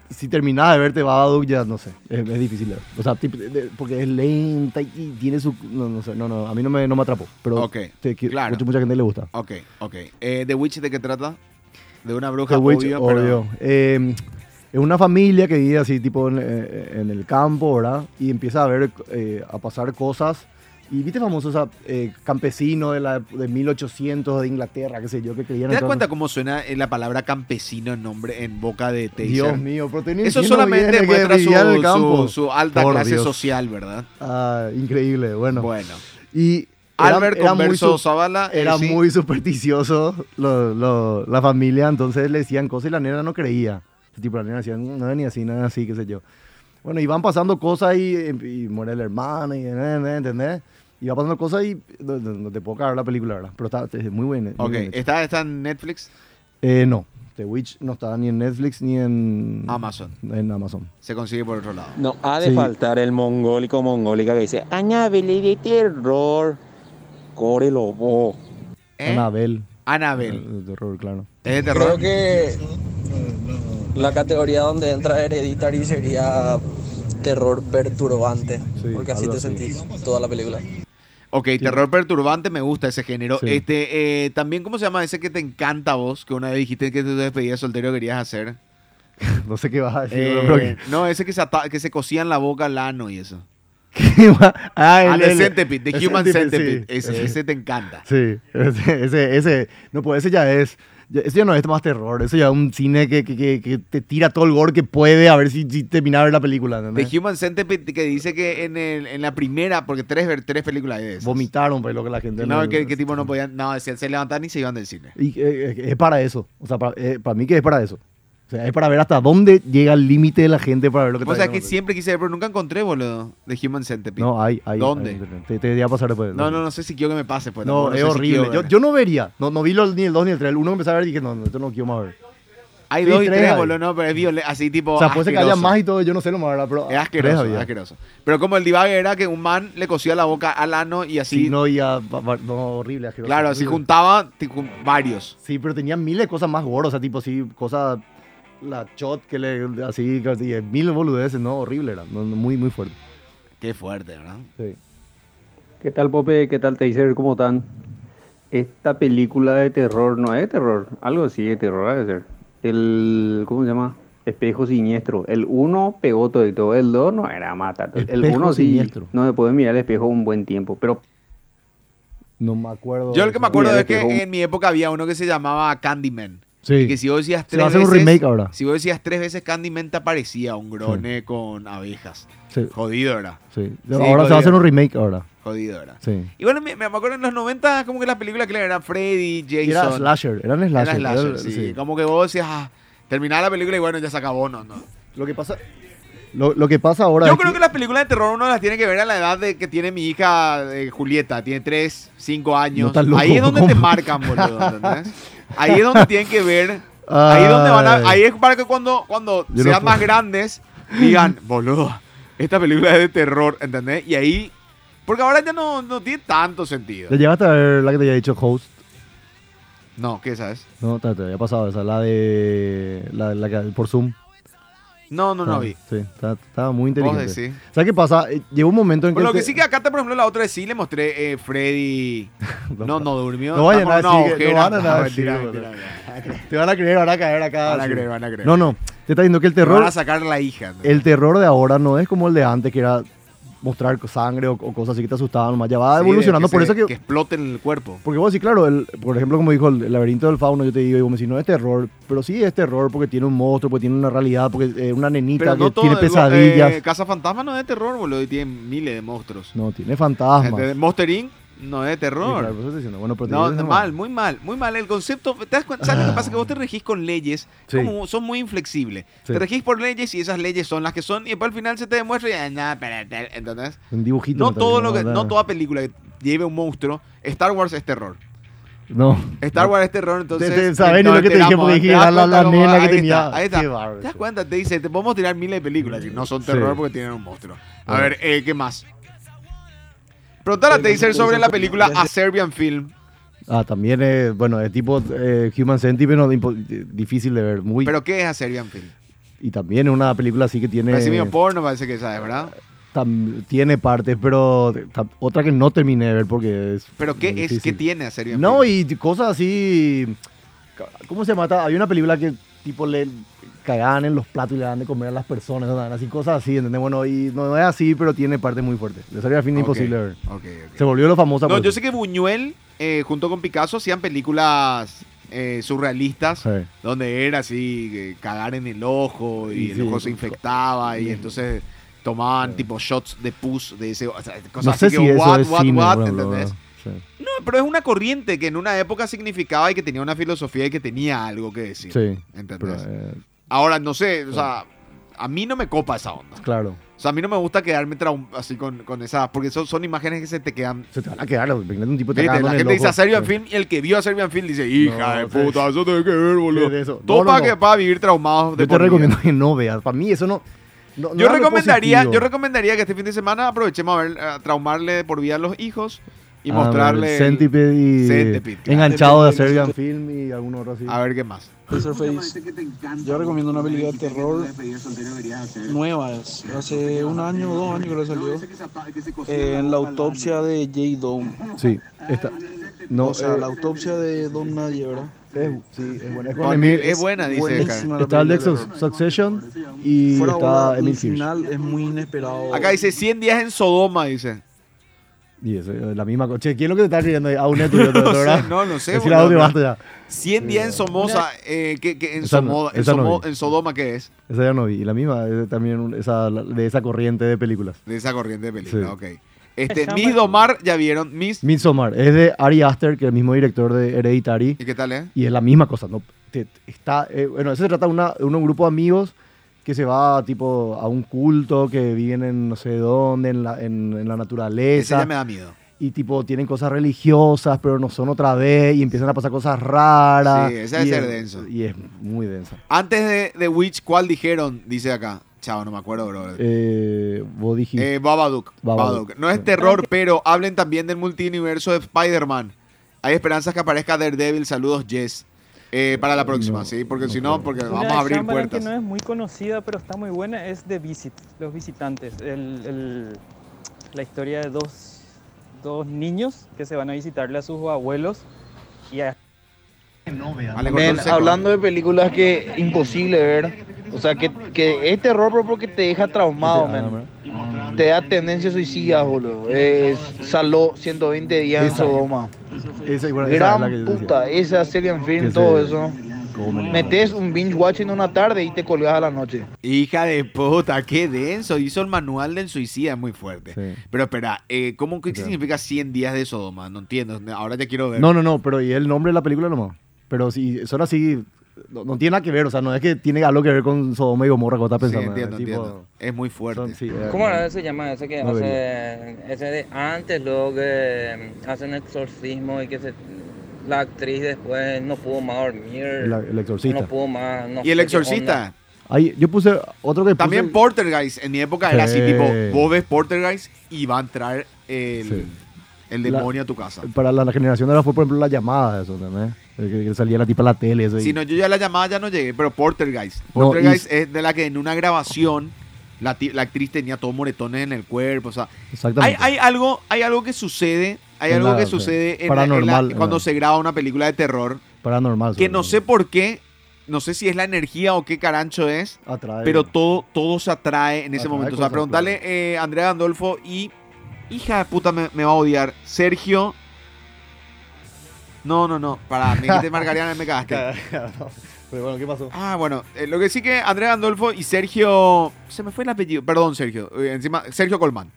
Speaker 2: si terminás de verte Babadook ya no sé, es, es difícil. de ver. O sea, tip- de- porque es lenta y- y tiene su... No, no sé, no, no, a mí no me, no me atrapó, pero
Speaker 1: Ok,
Speaker 2: te- que-
Speaker 1: claro.
Speaker 2: mucha, mucha gente le gusta.
Speaker 1: Ok, ok. Eh, ¿The Witch de qué trata? De una bruja,
Speaker 2: The Witch,
Speaker 1: obvio,
Speaker 2: obvio.
Speaker 1: pero-
Speaker 2: Eh, Es una familia que vive así, tipo en, eh, en el campo, ¿verdad? Y empieza a ver, eh, a pasar cosas. Y viste famoso esa, eh, campesino de, la, de 1800 de Inglaterra, qué sé yo, que creían
Speaker 1: ¿Te das
Speaker 2: en todo-
Speaker 1: cuenta cómo suena eh, la palabra campesino en nombre en boca de Taser?
Speaker 2: Dios mío, pero tenía
Speaker 1: Eso solamente muestra su,
Speaker 2: el campo.
Speaker 1: su- su alta
Speaker 2: Por
Speaker 1: clase
Speaker 2: Dios.
Speaker 1: social, ¿verdad?
Speaker 2: Ah, increíble, bueno.
Speaker 1: Bueno.
Speaker 2: Y era-
Speaker 1: Albert
Speaker 2: era muy
Speaker 1: Converso
Speaker 2: su-
Speaker 1: Zavala eh,
Speaker 2: era
Speaker 1: sí.
Speaker 2: muy supersticioso lo- lo- la familia, entonces le decían cosas y la nena no creía. Tipo, la nena decía, "Mm, no ni así, nada así, qué sé yo. Bueno, y van pasando cosas y, y muere la hermana, y, eh, eh, ¿entendés? Y va pasando cosas y no, no- no te puedo cagar la película, ¿verdad? Pero está es muy buena. muy
Speaker 1: Ok, eh.
Speaker 2: bien hecha.
Speaker 1: ¿está, está en Netflix?
Speaker 2: Eh, no, The Witch no está ni en Netflix ni en
Speaker 1: Amazon.
Speaker 2: En Amazon.
Speaker 1: Se consigue por otro lado.
Speaker 5: No, ha de
Speaker 2: Sí.
Speaker 5: faltar el mongólico mongólica que dice, añábele de terror, core lobo.
Speaker 1: ¿Eh?
Speaker 2: Anabel.
Speaker 1: Anabel.
Speaker 2: El terror, claro.
Speaker 1: Es de
Speaker 6: Creo
Speaker 1: terror.
Speaker 6: que la categoría donde entra Hereditary sería terror perturbante,
Speaker 2: Sí,
Speaker 6: porque así
Speaker 2: algo
Speaker 6: te
Speaker 2: así.
Speaker 6: sentís toda la película.
Speaker 1: Ok, terror perturbante, me gusta ese género.
Speaker 2: Sí.
Speaker 1: Este, eh, también, ¿cómo se llama ese que te encanta a vos? Que una vez dijiste que tu despedida soltero querías hacer.
Speaker 2: No sé qué vas a decir,
Speaker 1: Eh,
Speaker 2: pero que-
Speaker 1: No, ese que se, ata- que se cocía en la boca el ano y eso.
Speaker 2: ¿Qué va? Ah,
Speaker 1: Ah,
Speaker 2: el-
Speaker 1: the
Speaker 2: el-
Speaker 1: Centipede, The
Speaker 2: el
Speaker 1: Human Centipede.
Speaker 2: sí.
Speaker 1: Ese, ese te encanta.
Speaker 2: Sí, ese, ese, ese- no pues ese ya es, ya- ese ya no es más terror, ese ya es un cine que, que- que- que te tira todo el gore que puede a ver si, si termina de ver la película, ¿entendés?
Speaker 1: The Human Centipede que dice que en, el- en la primera, porque tres, ver- tres películas hay de esas.
Speaker 2: Vomitaron, pues, lo que la gente...
Speaker 1: No, que, que tipo no podían, no, se, se levantaban y se iban del cine.
Speaker 2: Y, eh, eh, es para eso, o sea, para, eh, para mí que es para eso. O sea, es para ver hasta dónde llega el límite de la gente para ver lo que
Speaker 1: O
Speaker 2: está
Speaker 1: sea, que
Speaker 2: viendo.
Speaker 1: siempre quise ver, pero nunca encontré, boludo, The Human Centipede.
Speaker 2: No, hay, hay.
Speaker 1: ¿Dónde?
Speaker 2: hay en internet. te, te voy a pasar después.
Speaker 1: No, no, no sé si quiero que me pase, pues.
Speaker 2: No,
Speaker 1: tampoco sé
Speaker 2: es
Speaker 1: si quiero
Speaker 2: horrible. Yo,
Speaker 1: ver.
Speaker 2: yo no vería. No, no vi los- ni el 2 ni el 3. El 1 empecé a ver y dije, no, no, esto no quiero más ver.
Speaker 1: Hay
Speaker 2: Sí,
Speaker 1: dos y
Speaker 2: tres
Speaker 1: tres,
Speaker 2: hay.
Speaker 1: boludo, no, pero es violento, así tipo.
Speaker 2: O sea, puede ser que haya
Speaker 1: asqueroso.
Speaker 2: más y todo, yo no sé lo más, ¿verdad? Pero
Speaker 1: Es
Speaker 2: tres
Speaker 1: asqueroso,
Speaker 2: había.
Speaker 1: es asqueroso. Pero como el divague era que un man le cosía la boca al ano y así.
Speaker 2: Sí, no, y a- pa- pa- no, horrible, asqueroso.
Speaker 1: claro, así
Speaker 2: horrible.
Speaker 1: juntaba tipo, varios.
Speaker 2: Sí, pero tenía miles de cosas más gordas, o sea, tipo, sí, cosas, la shot que le, así, que así, mil boludeces, no, horrible era, no, no, muy, muy fuerte.
Speaker 1: Qué fuerte, ¿verdad?
Speaker 2: Sí.
Speaker 7: ¿Qué tal, Pope? ¿Qué tal, Taser? ¿Cómo están? Esta película de terror no es de terror, algo así de terror, ha de ser. El, ¿cómo se llama? Espejo siniestro. El 1 pegó todo y todo. El 2 no era mata. todo. El
Speaker 2: Espejo
Speaker 7: 1 sí,
Speaker 2: siniestro.
Speaker 7: no se puede mirar el espejo un buen tiempo, pero
Speaker 2: No me acuerdo.
Speaker 1: Yo lo que me
Speaker 7: Mira,
Speaker 1: acuerdo es
Speaker 7: le pegó
Speaker 1: que
Speaker 7: un-
Speaker 1: en mi época había uno que se llamaba Candyman. Y que
Speaker 2: Sí,
Speaker 1: si vos decías
Speaker 2: Se va
Speaker 1: tres
Speaker 2: a hacer un
Speaker 1: veces-
Speaker 2: remake ahora.
Speaker 1: Si vos decías tres veces Candyman te aparecía un grone con abejas.
Speaker 2: sí,
Speaker 1: Jodido era,
Speaker 2: sí.
Speaker 1: Sí,
Speaker 2: Ahora se va a hacer
Speaker 1: jodido.
Speaker 2: un remake ahora,
Speaker 1: jodido era.
Speaker 2: sí.
Speaker 1: Y bueno, me, me acuerdo en los 90 como que las películas que eran Freddy,
Speaker 2: Y Era
Speaker 1: Jason.
Speaker 2: slasher, eran
Speaker 1: era
Speaker 2: slasher. era-
Speaker 1: slasher, sí. Como que vos decías, ah, terminaba la película y bueno, ya se acabó, no, no.
Speaker 2: Lo que pasa, lo, lo que pasa ahora
Speaker 1: Yo
Speaker 2: es
Speaker 1: creo que las películas de terror uno las tiene que ver a la edad de que tiene mi hija eh, Julieta, tiene 3, 5
Speaker 2: No
Speaker 1: años.
Speaker 2: estás loco,
Speaker 1: ahí es donde te
Speaker 2: ¿cómo?
Speaker 1: marcan, boludo, ¿entendés? Ahí es donde tienen que ver, ahí es donde van a,
Speaker 2: Ay.
Speaker 1: ahí es para que cuando, cuando
Speaker 2: Yo no
Speaker 1: sean
Speaker 2: puedo.
Speaker 1: más grandes digan, boludo, esta película es de terror, ¿entendés? Y ahí, porque ahora ya no, no tiene tanto sentido.
Speaker 2: ¿Ya llegaste a ver la que te había dicho Host?
Speaker 1: No, ¿qué sabes?
Speaker 2: No, te, te había pasado esa, la de. La, la que por Zoom.
Speaker 1: No, no, no
Speaker 2: Estaba-
Speaker 1: vi.
Speaker 2: Sí, está- estaba muy
Speaker 1: Vos
Speaker 2: inteligente.
Speaker 1: decís.
Speaker 2: ¿Sabes qué pasa? Eh, Llegó un momento en
Speaker 1: Por
Speaker 2: que.
Speaker 1: lo que
Speaker 2: te-
Speaker 1: sí que acá, está, por ejemplo, la otra vez sí le mostré eh, Freddy. No, no durmió.
Speaker 2: No vayan
Speaker 1: está con
Speaker 2: a
Speaker 1: una
Speaker 2: decir que- no
Speaker 1: ojera.
Speaker 2: van a nada
Speaker 1: mentira,
Speaker 2: decir,
Speaker 1: mentira,
Speaker 2: boludo.
Speaker 1: mentira.
Speaker 2: Te van a creer, van a caer acá.
Speaker 1: Van a
Speaker 2: sí.
Speaker 1: creer, van a creer.
Speaker 2: No, no. Te está diciendo que el
Speaker 1: Me
Speaker 2: terror,
Speaker 1: Van a sacar la hija. ¿no?
Speaker 2: el terror de ahora no es como el de antes, que era mostrar sangre o, o cosas así que te asustaban nomás. Ya va
Speaker 1: Sí,
Speaker 2: evolucionando.
Speaker 1: de
Speaker 2: por
Speaker 1: se-
Speaker 2: eso que.
Speaker 1: Que exploten el cuerpo.
Speaker 2: Porque vos sí, claro, el- por ejemplo, como dijo el, el laberinto del fauno, yo te digo, y vos me decís, no es terror, pero sí es terror porque tiene un monstruo, porque tiene una realidad, porque eh, una nenita
Speaker 1: Pero
Speaker 2: que
Speaker 1: no todo.
Speaker 2: tiene
Speaker 1: eh,
Speaker 2: pesadillas.
Speaker 1: eh, Casa Fantasma no es de terror, boludo. Y tiene miles de monstruos.
Speaker 2: no, tiene fantasmas.
Speaker 1: Gente de- Monster Inc. no es de
Speaker 2: Sí, claro,
Speaker 1: terror.
Speaker 2: por eso estoy diciendo, bueno, pero te
Speaker 1: No,
Speaker 2: digo,
Speaker 1: no,
Speaker 2: no.
Speaker 1: mal, muy mal, muy mal. El concepto, ¿te das cuenta? ¿Sabes lo que pasa? Que vos te regís con leyes,
Speaker 2: Sí.
Speaker 1: como son muy inflexibles.
Speaker 2: Sí.
Speaker 1: Te regís por leyes y esas leyes son las que son, y después al final se te demuestra y ah, no, pero tal", ¿entendés?
Speaker 2: Un dibujito.
Speaker 1: No
Speaker 2: me está
Speaker 1: todo lo
Speaker 2: diciendo,
Speaker 1: que,
Speaker 2: no,
Speaker 1: no
Speaker 2: no.
Speaker 1: toda película que lleve un monstruo. Star Wars es terror.
Speaker 2: No.
Speaker 1: Star Wars es terror, entonces. eh,
Speaker 2: Te- te- sabés ni
Speaker 1: nos
Speaker 2: lo que te dije,
Speaker 1: enteramos, ¿eh?
Speaker 2: porque dije,
Speaker 1: ¿te das
Speaker 2: la- la-
Speaker 1: cuenta
Speaker 2: la
Speaker 1: cómo va?
Speaker 2: nena que
Speaker 1: Ahí está,
Speaker 2: tenía.
Speaker 1: ahí está.
Speaker 2: Qué bárbaro.
Speaker 1: ¿Te das cuenta? Te dice, te podemos tirar miles de películas que no son terror
Speaker 2: Sí.
Speaker 1: porque tienen un monstruo. A ver, eh, ¿qué más? Preguntar a Taser sobre la película A Serbian Film.
Speaker 2: Ah, también es, bueno, es tipo eh, Human Centipede, no, de impo- de- difícil de ver, muy.
Speaker 1: ¿Pero qué es A Serbian Film?
Speaker 2: y también es una película así que tiene.
Speaker 1: Así medio porno parece que sabes, ¿verdad?
Speaker 2: tam- tiene partes, pero ta- otra que no terminé de ver porque es.
Speaker 1: ¿Pero qué
Speaker 2: muy
Speaker 1: es? ¿Qué
Speaker 2: difícil.
Speaker 1: tiene A Serbian
Speaker 2: No,
Speaker 1: Film?
Speaker 2: y cosas así. ¿Cómo se mata? Hay una película que tipo le cagaban en los platos y le dan de comer a las personas, ¿no? así cosas así, ¿entendés? Bueno, y no, no es así, pero tiene partes muy fuertes. Le salió al fin
Speaker 1: Ok,
Speaker 2: imposible ver.
Speaker 1: ok, ok.
Speaker 2: Se volvió lo famosa.
Speaker 1: No,
Speaker 2: pues. por
Speaker 1: yo
Speaker 2: eso.
Speaker 1: sé que Buñuel, eh, junto con Picasso, hacían películas eh, surrealistas.
Speaker 2: Sí.
Speaker 1: donde era así, que cagar en el ojo y
Speaker 2: Y
Speaker 1: el
Speaker 2: sí,
Speaker 1: ojo se infectaba y
Speaker 2: sí.
Speaker 1: entonces tomaban tipo shots de pus de ese, o sea, cosas
Speaker 2: No sé
Speaker 1: así
Speaker 2: si
Speaker 1: que
Speaker 2: eso
Speaker 1: what,
Speaker 2: es
Speaker 1: what,
Speaker 2: cine,
Speaker 1: what,
Speaker 2: por ejemplo,
Speaker 1: ¿entendés?
Speaker 2: ¿verdad?
Speaker 1: No, pero es una corriente que en una época significaba y que tenía una filosofía y que tenía algo que decir.
Speaker 2: Sí, sí,
Speaker 1: ¿entendés?
Speaker 2: pero, eh,
Speaker 1: Ahora, no sé, o sea, a mí no me copa esa onda.
Speaker 2: claro.
Speaker 1: O sea, a mí no me gusta quedarme traum- así con, con esas, porque son, son imágenes que se te quedan...
Speaker 2: Se te van a quedar, imagínate un tipo te
Speaker 1: Viste,
Speaker 2: cagando
Speaker 1: la
Speaker 2: en el
Speaker 1: gente dice "Ah,
Speaker 2: ojo.
Speaker 1: a Serbian
Speaker 2: Sí.
Speaker 1: Film y el que vio a Serbian Film dice, hija de
Speaker 2: No, sí.
Speaker 1: puta, eso tiene que ver, boludo.
Speaker 2: Sí, de eso.
Speaker 1: Todo
Speaker 2: No, no,
Speaker 1: para
Speaker 2: no.
Speaker 1: que para vivir traumados pues, de
Speaker 2: Yo te
Speaker 1: por vida.
Speaker 2: recomiendo que no veas. Para mí eso no. no- no
Speaker 1: Yo
Speaker 2: es algo
Speaker 1: recomendaría,
Speaker 2: positivo.
Speaker 1: yo recomendaría que este fin de semana aprovechemos a ver a traumarle de por vida a los hijos y
Speaker 2: Ah,
Speaker 1: mostrarle
Speaker 2: el
Speaker 1: el-
Speaker 2: Centipede y
Speaker 1: Centipede, claro.
Speaker 2: enganchado de
Speaker 6: Centipede,
Speaker 2: Serbian Film y alguno otro así.
Speaker 1: a ver qué más.
Speaker 6: Face. Yo recomiendo una película de terror nueva. es. Hace un año o dos años que le salió. Eh, en la autopsia de J. Dome.
Speaker 2: Sí, esta. No,
Speaker 6: o sea,
Speaker 2: eh,
Speaker 6: la autopsia de Don Nadie, ¿verdad?
Speaker 2: es, sí, es buena. Es con
Speaker 1: Con-
Speaker 2: Emil-
Speaker 1: es buena, dice acá.
Speaker 6: Buenísima la
Speaker 2: Está el de
Speaker 6: película de
Speaker 2: Suc-
Speaker 6: terror.
Speaker 2: Succession y
Speaker 6: Fuera
Speaker 2: está
Speaker 6: boda,
Speaker 2: Emil
Speaker 6: el
Speaker 2: Hirsch.
Speaker 6: final es muy inesperado.
Speaker 1: Acá dice 100 días en Sodoma, dice.
Speaker 2: Y eso, eh, la misma cosa. Che, ¿quién es lo que te está riendo ahí? Ah, un neto y otro,
Speaker 1: No sé,
Speaker 2: ¿verdad?
Speaker 1: no, no sé,
Speaker 2: Decir
Speaker 1: boludo,
Speaker 2: audio,
Speaker 1: pero-
Speaker 2: basta ya.
Speaker 1: 100 días en Somoza, eh, que, que en,
Speaker 2: Esa no,
Speaker 1: Somoda- en,
Speaker 2: esa no
Speaker 1: Somo-
Speaker 2: vi.
Speaker 1: en Sodoma, ¿qué es?
Speaker 2: Esa ya no vi. Y la misma, eh, también un- esa, la- de esa corriente de películas.
Speaker 1: De esa corriente de película,
Speaker 2: Sí.
Speaker 1: ok. Este, Miss Domar, ya vieron, Miss...
Speaker 2: Midsommar es de Ari Aster, que es el mismo director de Hereditary.
Speaker 1: ¿Y qué tal, eh?
Speaker 2: Y es la misma cosa, ¿no? Te- te- está, eh, bueno, eso se trata de una- de un grupo de amigos que se va tipo a un culto, que viven en no sé dónde, en la, en, en la
Speaker 1: Ese
Speaker 2: naturaleza,
Speaker 1: ya me da miedo.
Speaker 2: y tipo tienen cosas religiosas, pero no son otra vez, y empiezan a pasar cosas raras.
Speaker 1: Sí, ese debe
Speaker 2: y
Speaker 1: ser denso.
Speaker 2: Y es muy densa.
Speaker 1: Antes de, de Witch, ¿cuál dijeron? Dice acá. Chavo, no me acuerdo, bro.
Speaker 2: Eh, vos dijiste...
Speaker 1: Eh, Babadook.
Speaker 2: Babadook.
Speaker 1: Babadook. No es
Speaker 2: Sí.
Speaker 1: terror, pero hablen también del multiverso de Spider-Man. Hay esperanzas que aparezca Daredevil. Saludos, Jess. Eh, para la próxima,
Speaker 2: No,
Speaker 1: ¿sí? Porque
Speaker 2: no
Speaker 1: si
Speaker 2: creo.
Speaker 1: no, porque
Speaker 8: Una
Speaker 1: vamos a abrir
Speaker 8: Shyamalan
Speaker 1: puertas.
Speaker 8: que no es muy conocida, pero está muy buena, es The Visit, Los Visitantes. El- el- la historia de dos, dos niños que se van a visitarle a sus abuelos y a
Speaker 1: Ale, cortó el
Speaker 4: Men,
Speaker 1: seco.
Speaker 4: hablando de películas que imposible ver, o sea, que, que es terror pero porque te deja traumado,
Speaker 2: ah,
Speaker 4: men. Te da tendencia suicida, boludo. Es Saló 120 días en
Speaker 2: Esa.
Speaker 4: Sodoma.
Speaker 2: Esa, bueno, esa es la que
Speaker 4: Gran
Speaker 2: yo decía.
Speaker 4: puta, esa serie en
Speaker 2: Que
Speaker 4: film,
Speaker 2: se-
Speaker 4: todo eso.
Speaker 2: Como-
Speaker 4: Metes un binge watching una tarde y te colgas a la noche.
Speaker 1: Hija de puta, qué denso. Hizo el manual del suicida muy fuerte.
Speaker 2: Sí.
Speaker 1: Pero espera, eh, ¿cómo, ¿qué
Speaker 2: Espera.
Speaker 1: significa 100 días de Sodoma? No entiendo. Ahora ya quiero ver.
Speaker 2: No, no, no, pero y el nombre de la película nomás. Pero si son así, no, no tiene nada que ver, o sea, no es que tiene algo que ver con Sodoma y Gomorra, como estás
Speaker 1: Sí,
Speaker 2: pensando.
Speaker 1: entiendo,
Speaker 2: eh, tipo,
Speaker 1: entiendo. Es muy fuerte.
Speaker 2: son- sí, eh,
Speaker 9: ¿Cómo era que se llama ese que
Speaker 2: No
Speaker 9: hace, ese de antes luego que mm, hacen exorcismo y que se, la actriz después no pudo más dormir,
Speaker 2: El, el
Speaker 9: no
Speaker 2: exorcista.
Speaker 9: pudo más, no
Speaker 1: y
Speaker 9: sé
Speaker 1: el
Speaker 9: qué
Speaker 1: exorcista.
Speaker 9: onda.
Speaker 2: Ahí, yo puse otro que puse-
Speaker 1: También Portergeist. En mi época era así,
Speaker 2: Sí.
Speaker 1: tipo, vos ves Portergeist y va a entrar el,
Speaker 2: Sí.
Speaker 1: el
Speaker 2: La-
Speaker 1: demonio a tu casa.
Speaker 2: para la, la generación de ahora fue, por ejemplo, la llamada, eso también. El que, que salía la tipa a la tele, eso. y-
Speaker 1: Si no, yo ya la llamada ya no llegué, pero Portergeist.
Speaker 2: No,
Speaker 1: Portergeist es de la que en una grabación la, ti- la actriz tenía todos moretones en el cuerpo. O sea, hay,
Speaker 2: exactamente.
Speaker 1: hay algo, hay algo que sucede, hay
Speaker 2: En
Speaker 1: algo
Speaker 2: la-
Speaker 1: que
Speaker 2: sí.
Speaker 1: sucede en la- en la-
Speaker 2: Paranormal, en
Speaker 1: cuando
Speaker 2: la-
Speaker 1: se graba una película de terror,
Speaker 2: Paranormal.
Speaker 1: que
Speaker 2: sobre
Speaker 1: no
Speaker 2: todo.
Speaker 1: sé por qué, no sé si es la energía o qué carancho es,
Speaker 2: Atrae.
Speaker 1: pero todo, todo se atrae en ese
Speaker 2: Atrae
Speaker 1: momento. O sea,
Speaker 2: cosas,
Speaker 1: preguntarle a Andrea Gandolfo y hija de puta me, me va a odiar. Sergio. No, no, no. Para, me dijiste Margariana y me cagaste.
Speaker 2: pero bueno, ¿qué pasó?
Speaker 1: Ah, bueno, eh, lo que sí que Andrea Gandolfo y Sergio. Se me fue el apellido, perdón, Sergio. eh, encima, Sergio Colmán.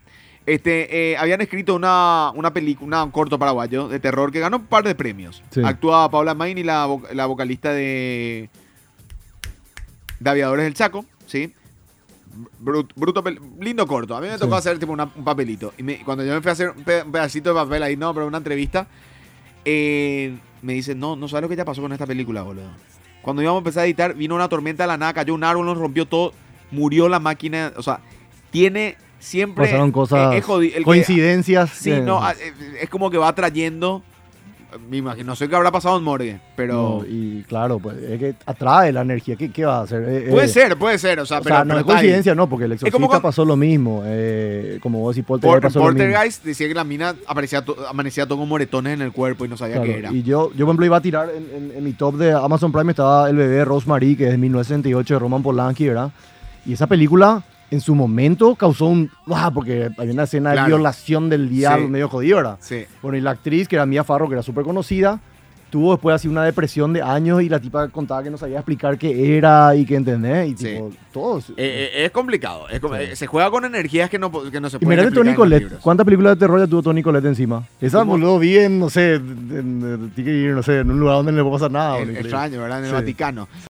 Speaker 1: Este, eh, habían escrito una, una película, un corto paraguayo de terror que ganó un par de premios.
Speaker 2: Sí.
Speaker 1: Actúa Paula Main y la, vo- la vocalista de. de Aviadores del Chaco, ¿sí? Brut- bruto, pel- lindo corto. A mí me tocó
Speaker 2: Sí.
Speaker 1: hacer tipo una- un papelito. Y me- cuando yo me fui a hacer un, pe- un pedacito de papel ahí, no, pero una entrevista, eh, me dicen, no, no sabes lo que ya pasó con esta película, boludo. Cuando íbamos a empezar a editar, vino una tormenta de la nada, cayó un árbol, nos rompió todo, murió la máquina. O sea, tiene siempre...
Speaker 2: Pasaron cosas.
Speaker 1: eh, es jodi- el que-
Speaker 2: coincidencias.
Speaker 1: sí,
Speaker 2: eh,
Speaker 1: no, ah, eh, es como que va trayendo me imagino, no sé qué habrá pasado en Morgue, pero...
Speaker 2: No, y claro, pues es que atrae la energía. ¿Qué, qué va a hacer? Eh,
Speaker 1: puede
Speaker 2: eh,
Speaker 1: ser, puede ser, o sea,
Speaker 2: o
Speaker 1: Ah, pero...
Speaker 2: sea, no
Speaker 1: pero
Speaker 2: es
Speaker 1: está ahí.
Speaker 2: coincidencia, no, porque el
Speaker 1: como
Speaker 2: exorcista
Speaker 1: cuando-
Speaker 2: pasó lo mismo. eh, como vos decís, Poltergeist
Speaker 1: Por,
Speaker 2: pasó lo mismo.
Speaker 1: Poltergeist decía que la mina aparecía to- amanecía todo con moretones en el cuerpo y no sabía
Speaker 2: Claro,
Speaker 1: qué era.
Speaker 2: Y yo, yo, por ejemplo, iba a tirar en, en- en mi top de Amazon Prime estaba el bebé Rosemary, que es de 1968 de Roman Polanski, ¿verdad? Y esa película en su momento causó un. ¡Wah! Porque había una escena de
Speaker 1: Claro.
Speaker 2: violación del diablo
Speaker 1: Sí.
Speaker 2: medio jodido, ¿verdad?
Speaker 1: Sí.
Speaker 2: Bueno, y la actriz, que era Mia Farro, que era súper conocida, tuvo después así una depresión de años y la tipa contaba que no sabía explicar qué era y que entendés. Y
Speaker 1: Sí.
Speaker 2: tipo, todos.
Speaker 1: Eh, eh, es complicado, es com-
Speaker 2: Sí.
Speaker 1: eh, se juega con energías que no, po- que no se
Speaker 2: Y
Speaker 1: pueden
Speaker 2: mirá de
Speaker 1: explicar
Speaker 2: Tony
Speaker 1: en los
Speaker 2: Colette.
Speaker 1: libros.
Speaker 2: ¿Cuántas películas de terror ya tuvo Tony Colette encima? Esa,
Speaker 1: ¿Cómo?
Speaker 2: boludo, vi en, no sé, en, en- tiene que ir, no sé, en un lugar donde no le pasa
Speaker 1: Es-
Speaker 2: nada. boludo, increíble.
Speaker 1: Extraño, ¿verdad? En el
Speaker 2: Sí.
Speaker 1: Vaticano.